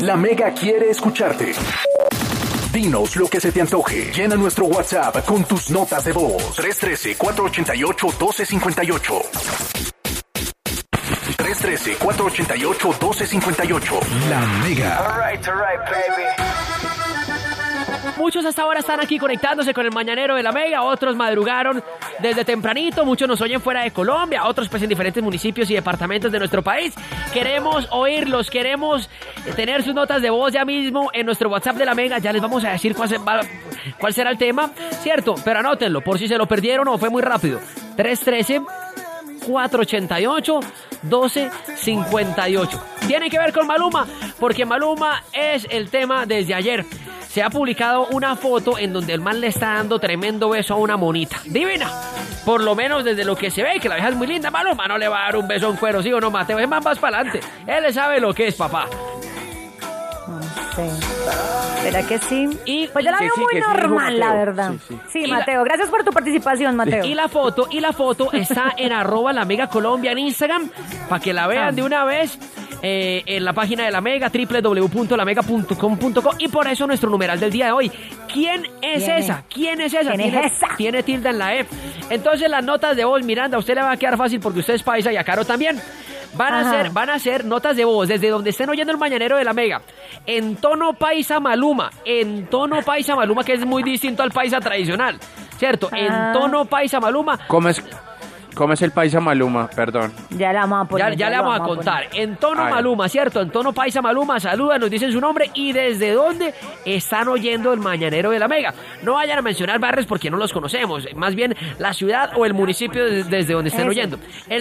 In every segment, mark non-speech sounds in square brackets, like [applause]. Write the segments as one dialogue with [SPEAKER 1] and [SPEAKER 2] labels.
[SPEAKER 1] La Mega quiere escucharte. Dinos lo que se te antoje. Llena nuestro WhatsApp con tus notas de voz. 313-488-1258. 313-488-1258. La Mega.
[SPEAKER 2] Alright, alright, baby.
[SPEAKER 3] Muchos Pues hasta ahora están aquí conectándose con el Mañanero de la Mega, otros madrugaron desde tempranito, muchos nos oyen fuera de Colombia, otros pues en diferentes municipios y departamentos de nuestro país. Queremos oírlos, queremos eh, tener sus notas de voz ya mismo en nuestro WhatsApp de la Mega, ya les vamos a decir cuál, se- va- cuál será el tema, ¿cierto? Pero anótenlo, por si se lo perdieron o fue muy rápido. 313. 488 1258. Tiene que ver con Maluma, porque Maluma es el tema desde ayer. Se ha publicado una foto en donde el man le está dando tremendo beso a una monita. Divina. Por lo menos desde lo que se ve, que la vieja es muy linda. Maluma no le va a dar un beso en cuero, sí o no, Mateo. Es más, más para adelante. Él le sabe lo que es, papá.
[SPEAKER 4] No sé. ¿Será que sí?
[SPEAKER 3] Y-
[SPEAKER 4] pues yo la
[SPEAKER 3] que
[SPEAKER 4] veo
[SPEAKER 3] sí,
[SPEAKER 4] muy
[SPEAKER 3] que sí, dijo
[SPEAKER 4] normal, la
[SPEAKER 3] Mateo.
[SPEAKER 4] verdad.
[SPEAKER 3] Sí,
[SPEAKER 4] Sí,
[SPEAKER 3] sí. Y la-
[SPEAKER 4] Mateo. Gracias por tu participación, Mateo.
[SPEAKER 3] Y la foto, y la foto está
[SPEAKER 4] [laughs]
[SPEAKER 3] en arroba la Mega Colombia en Instagram para que la vean de una vez eh, en la página de la Mega, www.lamega.com.co y por eso nuestro numeral del día de hoy. ¿Quién es
[SPEAKER 4] ¿Quién es?
[SPEAKER 3] esa? ¿Quién es esa?
[SPEAKER 4] ¿Quién es
[SPEAKER 3] tiene,
[SPEAKER 4] esa?
[SPEAKER 3] tiene tilda en la F. Entonces las notas de voz, Miranda, a usted le va a quedar fácil porque usted es paisa y a Caro también. Van a,
[SPEAKER 4] Ajá.
[SPEAKER 3] ser, van a ser notas de voz desde donde estén oyendo el mañanero de la Mega. En tono paisa maluma, en tono paisa maluma que es muy distinto al paisa tradicional, ¿cierto? En
[SPEAKER 4] Ah.
[SPEAKER 3] tono paisa maluma,
[SPEAKER 5] ¿Cómo es, cómo es el paisa Maluma? Perdón.
[SPEAKER 4] Ya la vamos a
[SPEAKER 3] ya,
[SPEAKER 4] poner.
[SPEAKER 3] ya le
[SPEAKER 4] lo
[SPEAKER 3] vamos a
[SPEAKER 4] poner.
[SPEAKER 3] contar. En tono
[SPEAKER 5] Ay.
[SPEAKER 3] Maluma, ¿cierto? En tono Paisa Maluma, saluda, nos dicen su nombre y desde dónde están oyendo el Mañanero de la Mega. No vayan a mencionar barrios porque no los conocemos. Más bien la ciudad o el municipio des- desde donde estén
[SPEAKER 4] Eso.
[SPEAKER 3] oyendo.
[SPEAKER 4] Saluden,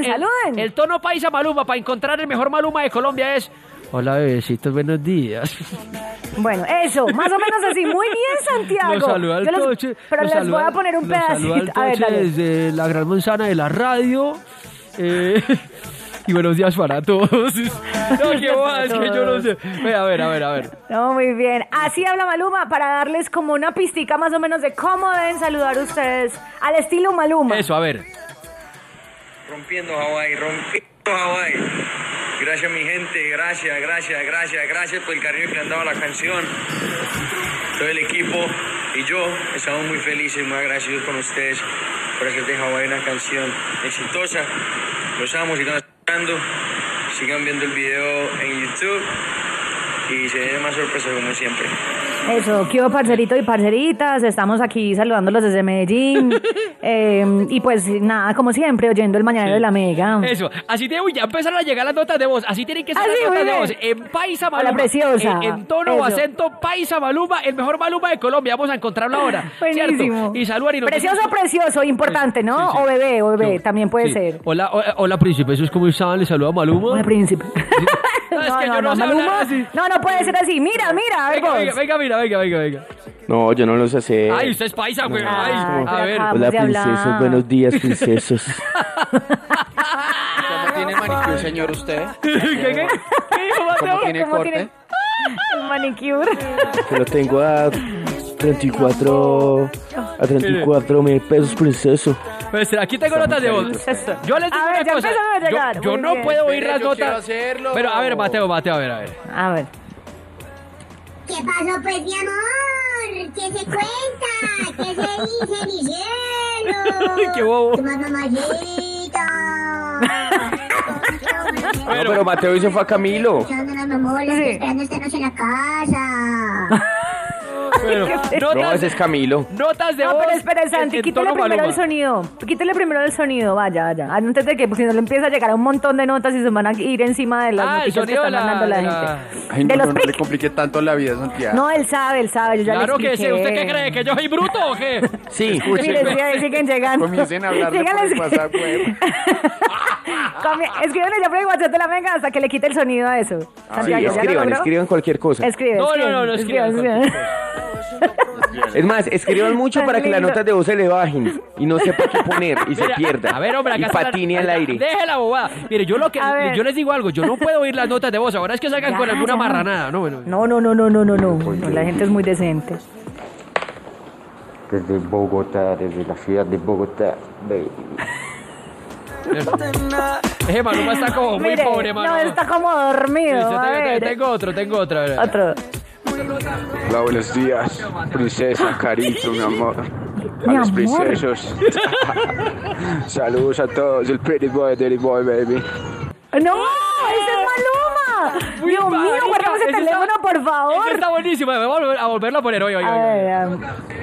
[SPEAKER 3] el-
[SPEAKER 4] saluden.
[SPEAKER 3] El tono Paisa Maluma para encontrar el mejor Maluma de Colombia es... Hola bebecitos, buenos días.
[SPEAKER 4] Bueno, eso, más o menos así. Muy bien, Santiago.
[SPEAKER 3] [laughs] Los saluda el
[SPEAKER 4] Yo les-
[SPEAKER 3] Toche,
[SPEAKER 4] Pero
[SPEAKER 3] los
[SPEAKER 4] les
[SPEAKER 3] saluda-
[SPEAKER 4] voy a poner un
[SPEAKER 3] los saluda
[SPEAKER 4] pedacito.
[SPEAKER 3] el
[SPEAKER 4] A ver,
[SPEAKER 3] Toche
[SPEAKER 4] dale.
[SPEAKER 3] desde la gran manzana de la radio. eh, [laughs] y buenos días para todos. [laughs] No, qué boba, es que yo no sé. Ve, A ver, a ver, a ver.
[SPEAKER 4] No, muy bien. Así habla Maluma para darles como una pistica más o menos de cómo deben saludar ustedes al estilo Maluma.
[SPEAKER 3] Eso, a ver.
[SPEAKER 6] Rompiendo Hawái, rompiendo Hawái. Gracias mi gente, gracias, gracias, gracias, gracias por el cariño que le han dado a la canción. Todo el equipo y yo estamos muy felices y muy agradecidos con ustedes por hacer de Hawái una canción exitosa. Los amo, sigan escuchando, sigan viendo el video en YouTube y se vienen más sorpresas como siempre.
[SPEAKER 4] Eso, ¿qué hubo, parcerito y parceritas? Estamos aquí saludándolos desde
[SPEAKER 3] [laughs]
[SPEAKER 4] Medellín. Eh, y pues nada, como siempre, oyendo el Mañanero de la Mega.
[SPEAKER 3] Eso. Así tiene, uy, ya empezaron a llegar las notas de voz. Así tienen que ser
[SPEAKER 4] Así, Ah,
[SPEAKER 3] las notas
[SPEAKER 4] muy
[SPEAKER 3] de
[SPEAKER 4] bien.
[SPEAKER 3] voz. En paisa
[SPEAKER 4] Hola,
[SPEAKER 3] maluma.
[SPEAKER 4] preciosa.
[SPEAKER 3] En, en tono o
[SPEAKER 4] Eso.
[SPEAKER 3] acento paisa maluma, el mejor maluma de Colombia. Vamos a encontrarlo ahora. ¿cierto?
[SPEAKER 4] [laughs] Buenísimo.
[SPEAKER 3] Y saludan y nos
[SPEAKER 4] Precioso,
[SPEAKER 3] dicen-
[SPEAKER 4] precioso, importante, ¿no?
[SPEAKER 3] Sí, sí.
[SPEAKER 4] O bebé, o bebé,
[SPEAKER 3] No,
[SPEAKER 4] también puede
[SPEAKER 3] sí.
[SPEAKER 4] ser.
[SPEAKER 3] Hola, hola, hola, príncipe. ¿Eso es como están? Les saluda Maluma.
[SPEAKER 4] Hola, príncipe.
[SPEAKER 3] [laughs] No, es que yo no sé hablar
[SPEAKER 4] Maluma.
[SPEAKER 3] así.
[SPEAKER 4] No, no puede ser así. Mira, mira, a ver
[SPEAKER 3] Venga,
[SPEAKER 4] vos.
[SPEAKER 3] venga, venga, mira, venga, venga, venga.
[SPEAKER 5] No, yo no los hace.
[SPEAKER 3] Ay, usted es paisa, güey. Ay,
[SPEAKER 4] Ah,
[SPEAKER 3] a ver.
[SPEAKER 4] acabamos de hablar.
[SPEAKER 5] días, princesos. [laughs]
[SPEAKER 4] Ah,
[SPEAKER 5] ¿Cómo
[SPEAKER 4] [laughs]
[SPEAKER 5] tiene manicure, señor, usted?
[SPEAKER 3] ¿Qué, qué, qué dijo Mateo?
[SPEAKER 5] ¿Cómo tiene
[SPEAKER 4] ¿Cómo
[SPEAKER 5] corte?
[SPEAKER 4] tiene- [laughs] El manicure. [laughs]
[SPEAKER 7] Que lo tengo a 34 a 34 mil pesos, princeso.
[SPEAKER 3] Pues aquí tengo notas de voz.
[SPEAKER 4] Eso.
[SPEAKER 3] Yo les digo
[SPEAKER 4] A ver,
[SPEAKER 3] una
[SPEAKER 4] ya
[SPEAKER 3] cosa.
[SPEAKER 4] empezaron a
[SPEAKER 3] Yo-
[SPEAKER 4] llegar.
[SPEAKER 3] Yo,
[SPEAKER 4] Muy
[SPEAKER 3] no
[SPEAKER 4] bien.
[SPEAKER 3] puedo oír
[SPEAKER 5] Pero
[SPEAKER 3] las
[SPEAKER 5] yo quiero
[SPEAKER 3] notas.
[SPEAKER 5] hacerlo.
[SPEAKER 3] Pero a ver, Mateo, Mateo, a ver, a
[SPEAKER 5] [laughs]
[SPEAKER 3] ver.
[SPEAKER 4] A ver.
[SPEAKER 8] ¿Qué pasó, pues, mi amor? ¿Qué se cuenta? ¿Qué se dice,
[SPEAKER 3] [laughs]
[SPEAKER 8] mi cielo?
[SPEAKER 3] Qué bobo.
[SPEAKER 8] Tu mamamallita.
[SPEAKER 5] No, pero Mateo hizo fue a Camilo.
[SPEAKER 8] Echando las mamolas,
[SPEAKER 4] Sí.
[SPEAKER 8] esperando esta noche en la casa.
[SPEAKER 3] Pero,
[SPEAKER 5] No, ese
[SPEAKER 3] notas,
[SPEAKER 5] es Camilo.
[SPEAKER 3] notas de
[SPEAKER 4] No,
[SPEAKER 3] voz.
[SPEAKER 4] pero espera,
[SPEAKER 3] en-
[SPEAKER 4] Santi,
[SPEAKER 3] en
[SPEAKER 4] quítale
[SPEAKER 3] tono
[SPEAKER 4] primero el
[SPEAKER 3] Maluma.
[SPEAKER 4] sonido. Quítale primero el sonido, vaya, vaya. Antes de que, porque si no le empieza a llegar a un montón de notas y se van a ir encima de las
[SPEAKER 3] Ah, el
[SPEAKER 4] noticias que
[SPEAKER 3] sonido
[SPEAKER 4] están
[SPEAKER 3] de la-
[SPEAKER 4] mandando la,
[SPEAKER 3] de la-
[SPEAKER 4] gente. de los pic.
[SPEAKER 5] complique tanto la vida, Santiago.
[SPEAKER 4] No, él sabe, él sabe, yo ya
[SPEAKER 3] Claro
[SPEAKER 4] le
[SPEAKER 3] que sí.
[SPEAKER 4] expliqué.
[SPEAKER 3] ¿Usted qué cree? ¿Que yo soy bruto o qué?
[SPEAKER 5] Sí,
[SPEAKER 4] [laughs] Mire, [laughs] sí, ahí siguen llegando.
[SPEAKER 5] Comiencen a hablarle
[SPEAKER 4] Sigan
[SPEAKER 5] por el
[SPEAKER 4] escri-
[SPEAKER 5] WhatsApp, güey.
[SPEAKER 4] [laughs] Comie- Escríbanle ya por el WhatsApp de la mega hasta que le quite el sonido a eso.
[SPEAKER 5] Sí,
[SPEAKER 4] Santiago, ¿ya lo
[SPEAKER 5] escriban,
[SPEAKER 4] logró?
[SPEAKER 5] escriban cualquier cosa.
[SPEAKER 4] Escribe,
[SPEAKER 3] No, no,
[SPEAKER 4] escribe,
[SPEAKER 3] no, no, escriban
[SPEAKER 5] Es más, escriban mucho
[SPEAKER 4] Tan
[SPEAKER 5] para que las
[SPEAKER 4] lindo.
[SPEAKER 5] notas de voz se le bajen y no sepa qué poner y se
[SPEAKER 3] Mira,
[SPEAKER 5] pierda.
[SPEAKER 3] A ver, hombre,
[SPEAKER 5] y
[SPEAKER 3] acá está la-
[SPEAKER 5] patine al aire.
[SPEAKER 3] Deje la bobada. Mire, yo lo que
[SPEAKER 4] A ver.
[SPEAKER 3] yo les digo algo, yo no puedo oír las notas de voz. Ahora es que salgan
[SPEAKER 4] Ya,
[SPEAKER 3] con alguna
[SPEAKER 4] ya.
[SPEAKER 3] marranada, no, bueno.
[SPEAKER 4] No, no, no, no, no, no, no. No, La gente es muy decente.
[SPEAKER 7] Desde Bogotá, desde la ciudad de Bogotá, baby.
[SPEAKER 3] Ese Maluma está como muy
[SPEAKER 4] Mire,
[SPEAKER 3] pobre,
[SPEAKER 4] No,
[SPEAKER 3] Maluma.
[SPEAKER 4] está como dormido.
[SPEAKER 3] Listo,
[SPEAKER 4] a
[SPEAKER 3] tengo-
[SPEAKER 4] ver.
[SPEAKER 3] Tengo otro, tengo otro. a ver.
[SPEAKER 4] Otro.
[SPEAKER 5] Hola, buenos días, princesa, carito, mi amor. A
[SPEAKER 4] Mi
[SPEAKER 5] los
[SPEAKER 4] amor.
[SPEAKER 5] princesos.
[SPEAKER 7] [laughs]
[SPEAKER 5] Saludos a todos, el pretty boy, dirty boy, baby.
[SPEAKER 4] ¡No! ¡Ese es Maluma!
[SPEAKER 3] Uy,
[SPEAKER 4] Dios mío,
[SPEAKER 3] marica,
[SPEAKER 4] guardemos ese
[SPEAKER 3] ese está-
[SPEAKER 4] teléfono, por
[SPEAKER 3] Ese
[SPEAKER 4] favor.
[SPEAKER 3] está buenísimo, me voy a volver- a volverlo a eh, poner hoy,
[SPEAKER 4] A
[SPEAKER 3] hoy, hoy.
[SPEAKER 4] ver, um,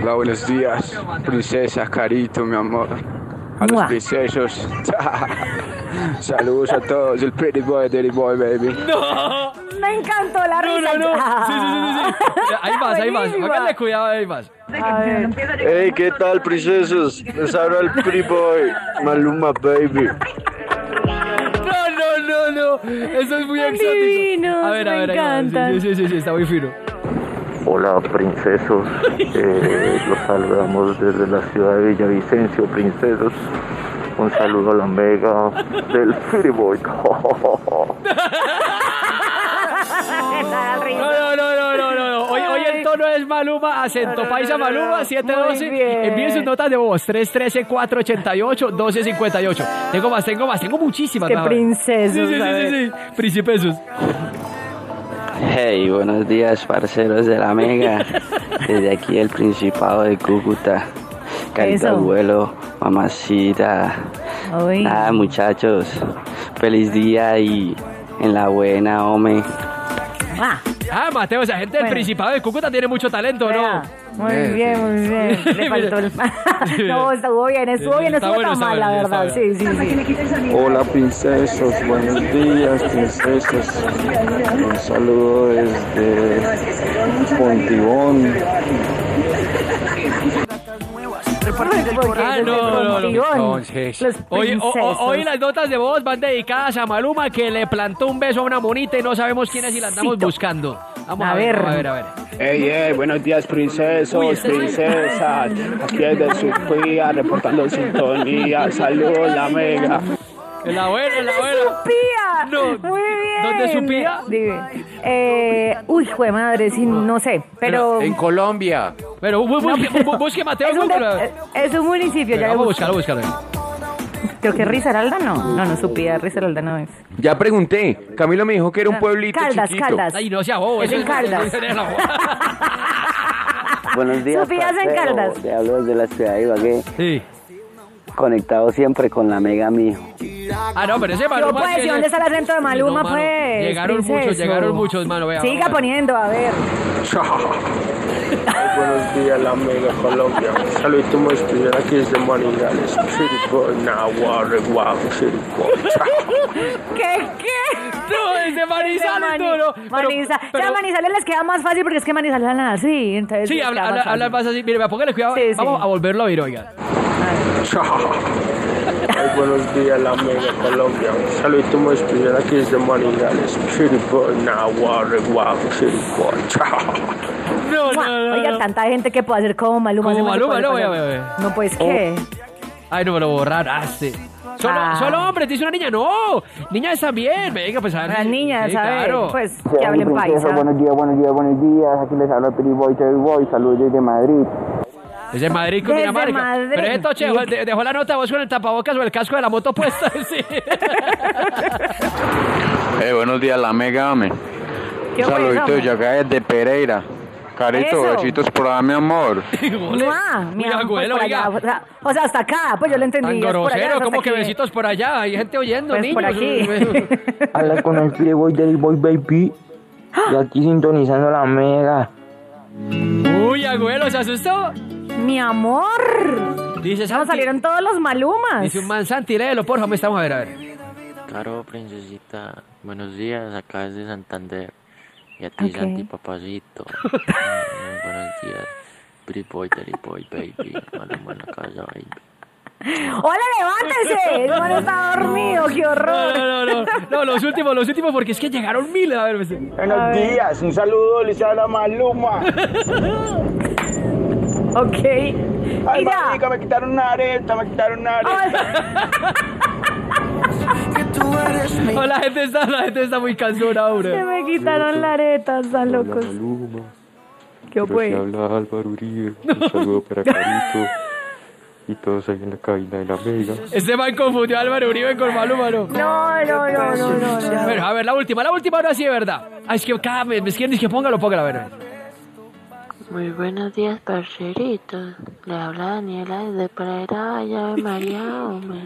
[SPEAKER 5] Hola, buenos días, princesa, carito, mi amor. A los
[SPEAKER 4] Mua.
[SPEAKER 5] princesos. [laughs] Saludos a todos, el pretty boy, dirty boy, baby.
[SPEAKER 3] No,
[SPEAKER 4] me encantó la
[SPEAKER 3] no,
[SPEAKER 4] risa. Ah.
[SPEAKER 3] no, no. Sí,
[SPEAKER 4] [laughs]
[SPEAKER 3] sí, sí, sí, sí. Ahí más, ahí más.
[SPEAKER 4] Buenísima.
[SPEAKER 3] Háganle cuidado, ahí más.
[SPEAKER 4] A ver.
[SPEAKER 7] Hey, ¿qué tal, princesos? Les habla el pretty boy, Maluma Baby.
[SPEAKER 3] No, no, no, no. Eso es muy
[SPEAKER 4] Son
[SPEAKER 3] exótico.
[SPEAKER 4] divinos,
[SPEAKER 3] a ver, a
[SPEAKER 4] me
[SPEAKER 3] ver, ahí va.
[SPEAKER 4] encantan.
[SPEAKER 3] Sí, sí, sí, sí, está muy fino.
[SPEAKER 2] Hola princesos, Eh, los saludamos desde la ciudad de Villavicencio, princesos. Un saludo a la mega del Freeboy.
[SPEAKER 4] Nada,
[SPEAKER 3] No,
[SPEAKER 4] risa.
[SPEAKER 3] no, no, no, no, no, no. Hoy, hoy el tono es Maluma, acento
[SPEAKER 4] No, no,
[SPEAKER 3] paisa
[SPEAKER 4] no, no, no.
[SPEAKER 3] Maluma,
[SPEAKER 4] Muy
[SPEAKER 3] 712.
[SPEAKER 4] bien.
[SPEAKER 3] Envíen sus notas de voz, 313-488-1258. Tengo más, tengo más, tengo muchísimas.
[SPEAKER 4] Qué
[SPEAKER 3] más.
[SPEAKER 4] princesos,
[SPEAKER 3] Sí, sí,
[SPEAKER 4] a
[SPEAKER 3] sí,
[SPEAKER 4] ver.
[SPEAKER 3] sí, sí. Principesos.
[SPEAKER 9] Hey, buenos días, parceros de la Mega. Desde aquí el Principado de Cúcuta. Carito
[SPEAKER 4] Eso.
[SPEAKER 9] abuelo, mamacita.
[SPEAKER 4] Uy.
[SPEAKER 2] Ah.
[SPEAKER 9] Nada, muchachos. Feliz día y en la buena, hombre.
[SPEAKER 4] Ah,
[SPEAKER 3] Ah, Mateo, esa gente del
[SPEAKER 4] Bueno.
[SPEAKER 3] Principado de Cúcuta tiene mucho talento,
[SPEAKER 4] vea.
[SPEAKER 3] ¿no?
[SPEAKER 4] Muy bien, muy bien.
[SPEAKER 3] [laughs]
[SPEAKER 4] Le faltó el... [laughs] no, estuvo bien, estuvo
[SPEAKER 3] Sí,
[SPEAKER 4] bien,
[SPEAKER 3] está
[SPEAKER 4] estuvo
[SPEAKER 3] bueno,
[SPEAKER 4] tan
[SPEAKER 3] está
[SPEAKER 4] mal, la
[SPEAKER 3] bueno, está
[SPEAKER 4] verdad. Sí,
[SPEAKER 3] bueno.
[SPEAKER 4] sí, sí.
[SPEAKER 7] Hola, princesos. Buenos días, princesos. Un saludo desde Pontibón.
[SPEAKER 3] Ah, no, no, no.
[SPEAKER 4] Entonces, los
[SPEAKER 3] Hoy, o-
[SPEAKER 4] princesos.
[SPEAKER 3] o- hoy las notas de voz van dedicadas a Maluma que le plantó un beso a una monita y no sabemos quién es y la andamos
[SPEAKER 4] Cito.
[SPEAKER 3] buscando. Vamos a,
[SPEAKER 4] A
[SPEAKER 3] ver,
[SPEAKER 4] ver.
[SPEAKER 3] a ver, a ver.
[SPEAKER 7] Hey, hey, buenos días, princesos,
[SPEAKER 3] Uy, este es-
[SPEAKER 7] princesas. Aquí es de Sofía, reportando sintonía. Saludos, la mega.
[SPEAKER 3] El abuelo, el abuelo.
[SPEAKER 4] supía!
[SPEAKER 3] No.
[SPEAKER 4] Muy bien.
[SPEAKER 3] ¿Dónde supía?
[SPEAKER 4] Dime. Eh, uy, jue madre, sí, no sé, pero...
[SPEAKER 10] En Colombia.
[SPEAKER 3] Pero bu- bu- busque, bu-
[SPEAKER 4] [laughs]
[SPEAKER 3] bu- busque Mateo
[SPEAKER 4] es, un de- eh,
[SPEAKER 3] Cúcuta.
[SPEAKER 4] es un municipio,
[SPEAKER 3] Venga,
[SPEAKER 4] ya
[SPEAKER 3] vamos a
[SPEAKER 4] lo
[SPEAKER 3] buscarlo, búscalo.
[SPEAKER 4] Creo que Risaralda no. No, no supía, Risaralda no es.
[SPEAKER 5] Ya pregunté, Camilo me dijo que era un pueblito
[SPEAKER 4] Caldas,
[SPEAKER 5] chiquito.
[SPEAKER 4] Caldas. [laughs]
[SPEAKER 3] Ay, no sea bobo.
[SPEAKER 4] Es
[SPEAKER 3] eso
[SPEAKER 4] en
[SPEAKER 3] [laughs]
[SPEAKER 4] Caldas.
[SPEAKER 3] eso es
[SPEAKER 4] [laughs]
[SPEAKER 3] la boba.
[SPEAKER 9] Buenos días.
[SPEAKER 4] Sofías en
[SPEAKER 9] parcero.
[SPEAKER 4] Caldas.
[SPEAKER 9] Te hablo desde la ciudad de Ibagué.
[SPEAKER 3] Sí.
[SPEAKER 9] Conectado siempre con la Mega, mijo.
[SPEAKER 3] Ah, no, pero ese
[SPEAKER 4] Yo
[SPEAKER 3] Maluma...
[SPEAKER 4] pues,
[SPEAKER 3] tiene-
[SPEAKER 4] ¿y dónde está el acento de
[SPEAKER 3] Sí, no,
[SPEAKER 4] Maluma,
[SPEAKER 3] mano,
[SPEAKER 4] pues?
[SPEAKER 3] Llegaron muchos,
[SPEAKER 4] princeso?
[SPEAKER 3] llegaron muchos, mano. Vea,
[SPEAKER 4] Siga
[SPEAKER 3] vamos a ver.
[SPEAKER 4] poniendo, a ver.
[SPEAKER 7] Buenos días, la mega Colombia. Saludos, muy especial aquí desde Manizales. Chirico, Nahuatl, guau, Chirico.
[SPEAKER 4] ¿Qué, qué?
[SPEAKER 3] No, ese Manizales, no, no. Pero-
[SPEAKER 4] Maniza- o sea,
[SPEAKER 3] pero-
[SPEAKER 4] a Manizales les queda más fácil porque es que Manizales hablan así. Entonces
[SPEAKER 3] Sí,
[SPEAKER 4] les
[SPEAKER 3] habla,
[SPEAKER 4] queda
[SPEAKER 3] habla,
[SPEAKER 4] más
[SPEAKER 3] habla
[SPEAKER 4] fácil.
[SPEAKER 3] más así. Mire, vea, póngale cuidado.
[SPEAKER 4] Sí, sí.
[SPEAKER 3] Vamos a volverlo a oír, oiga.
[SPEAKER 7] Ay, buenos días, la mega Colombia. Saludos, muy especial aquí desde Manizales. Chirico, Nahuatl, guau, Chirico.
[SPEAKER 3] No, no,
[SPEAKER 4] Mua.
[SPEAKER 3] no.
[SPEAKER 4] Oiga,
[SPEAKER 3] no.
[SPEAKER 4] tanta gente que puede hacer como Maluma.
[SPEAKER 3] Como
[SPEAKER 4] se me hace
[SPEAKER 3] Maluma,
[SPEAKER 4] poder
[SPEAKER 3] no,
[SPEAKER 4] pasar.
[SPEAKER 3] vea, vea, Oh, vea.
[SPEAKER 4] No, pues, ¿qué?
[SPEAKER 3] Ay, no me lo borraste. Solo,
[SPEAKER 4] Ah.
[SPEAKER 3] solo hombres, dice una niña. No, niñas también. Venga, pues a ver.
[SPEAKER 4] Las niñas,
[SPEAKER 3] sí,
[SPEAKER 4] a ver,
[SPEAKER 3] claro.
[SPEAKER 4] pues, que hablen paisa.
[SPEAKER 2] Buenos días, buenos días, buenos días. Aquí les habla Pretty Boy, Dirty Boy. Saludos desde Madrid.
[SPEAKER 3] Desde Madrid,
[SPEAKER 4] Desde
[SPEAKER 3] Cundinamarca.
[SPEAKER 4] Madrid.
[SPEAKER 3] Pero ese toche dejó, de- dejó la nota de voz con el tapabocas o el casco de la moto puesta. [laughs]
[SPEAKER 4] [laughs]
[SPEAKER 3] Sí.
[SPEAKER 10] Eh, buenos días, la mega, ame.
[SPEAKER 4] ¿Qué fue,
[SPEAKER 10] Saludito,
[SPEAKER 4] Samu?
[SPEAKER 10] yo acá desde Pereira. Carito,
[SPEAKER 4] Eso.
[SPEAKER 10] besitos por allá, mi amor.
[SPEAKER 3] Ole.
[SPEAKER 4] Mua, mi amor,
[SPEAKER 3] Uy,
[SPEAKER 4] pues,
[SPEAKER 3] abuelo,
[SPEAKER 4] por
[SPEAKER 3] oiga.
[SPEAKER 4] allá, o sea- O sea, hasta acá, pues yo lo entendí.
[SPEAKER 3] Tan
[SPEAKER 4] es por allá,
[SPEAKER 3] grosero,
[SPEAKER 4] hasta
[SPEAKER 3] como que
[SPEAKER 4] aquí.
[SPEAKER 3] besitos por allá. Hay gente oyendo,
[SPEAKER 4] Pues
[SPEAKER 3] niños.
[SPEAKER 4] por aquí. [laughs]
[SPEAKER 2] Habla con el Pretty Boy, Dirty Boy, baby. Y aquí sintonizando la mega.
[SPEAKER 3] [laughs] Uy, abuelo, ¿se asustó?
[SPEAKER 4] Mi amor.
[SPEAKER 3] Dice
[SPEAKER 4] Nos
[SPEAKER 3] Santi.
[SPEAKER 4] salieron todos los malumas.
[SPEAKER 3] Dice un man Santi, léelo, porfa. Me estamos a ver, a ver.
[SPEAKER 2] Caro, princesita, buenos días, acá es de Santander. Y a ti,
[SPEAKER 4] Ok.
[SPEAKER 2] Santi, papacito. Mm, buenos días. Pripoy, Teripoy, baby. Maluma en la casa, baby.
[SPEAKER 4] Hola, levántese. No está dormido, qué
[SPEAKER 3] No,
[SPEAKER 4] horror.
[SPEAKER 3] no, no, no. No, los últimos, los últimos, porque es que llegaron miles. A ver, pues.
[SPEAKER 7] Buenos días, un saludo, les habla Maluma.
[SPEAKER 4] Ok.
[SPEAKER 7] Ay,
[SPEAKER 4] Mira.
[SPEAKER 7] marica, me quitaron una areta, me quitaron una areta.
[SPEAKER 3] No, la gente está, la gente está muy cansona,
[SPEAKER 4] [laughs]
[SPEAKER 3] hombre.
[SPEAKER 4] Se me quitaron la areta, están locos.
[SPEAKER 2] Maluma,
[SPEAKER 4] ¿Qué fue?
[SPEAKER 2] habla Álvaro Uribe. Un saludo para Carito.
[SPEAKER 11] y todos ahí en la cabina de la mega.
[SPEAKER 3] Este man confundió a Álvaro Uribe con Maluma, ¿no?
[SPEAKER 4] No, no, no, no, no. no.
[SPEAKER 3] Bueno, a ver, la última, la última ahora sí de verdad. Ay, es que cada vez, es que, es que póngalo, póngalo, a ver. a ver.
[SPEAKER 8] Muy buenos días, parceritos. Le habla Daniela desde Pereira, Valle de María, hombre.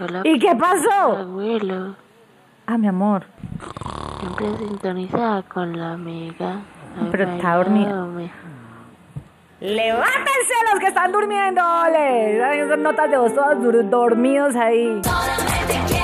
[SPEAKER 8] Hola,
[SPEAKER 4] ¿Y qué pasó?
[SPEAKER 8] Abuelo,
[SPEAKER 4] Ah, mi amor.
[SPEAKER 8] siempre sintonizada con la amiga. Ay,
[SPEAKER 4] Pero está
[SPEAKER 8] María,
[SPEAKER 4] dormida.
[SPEAKER 8] hombre.
[SPEAKER 4] Levántense los que están durmiendo, ole. Esas notas de voz todas dur- dormidos ahí.
[SPEAKER 12] Solamente quiero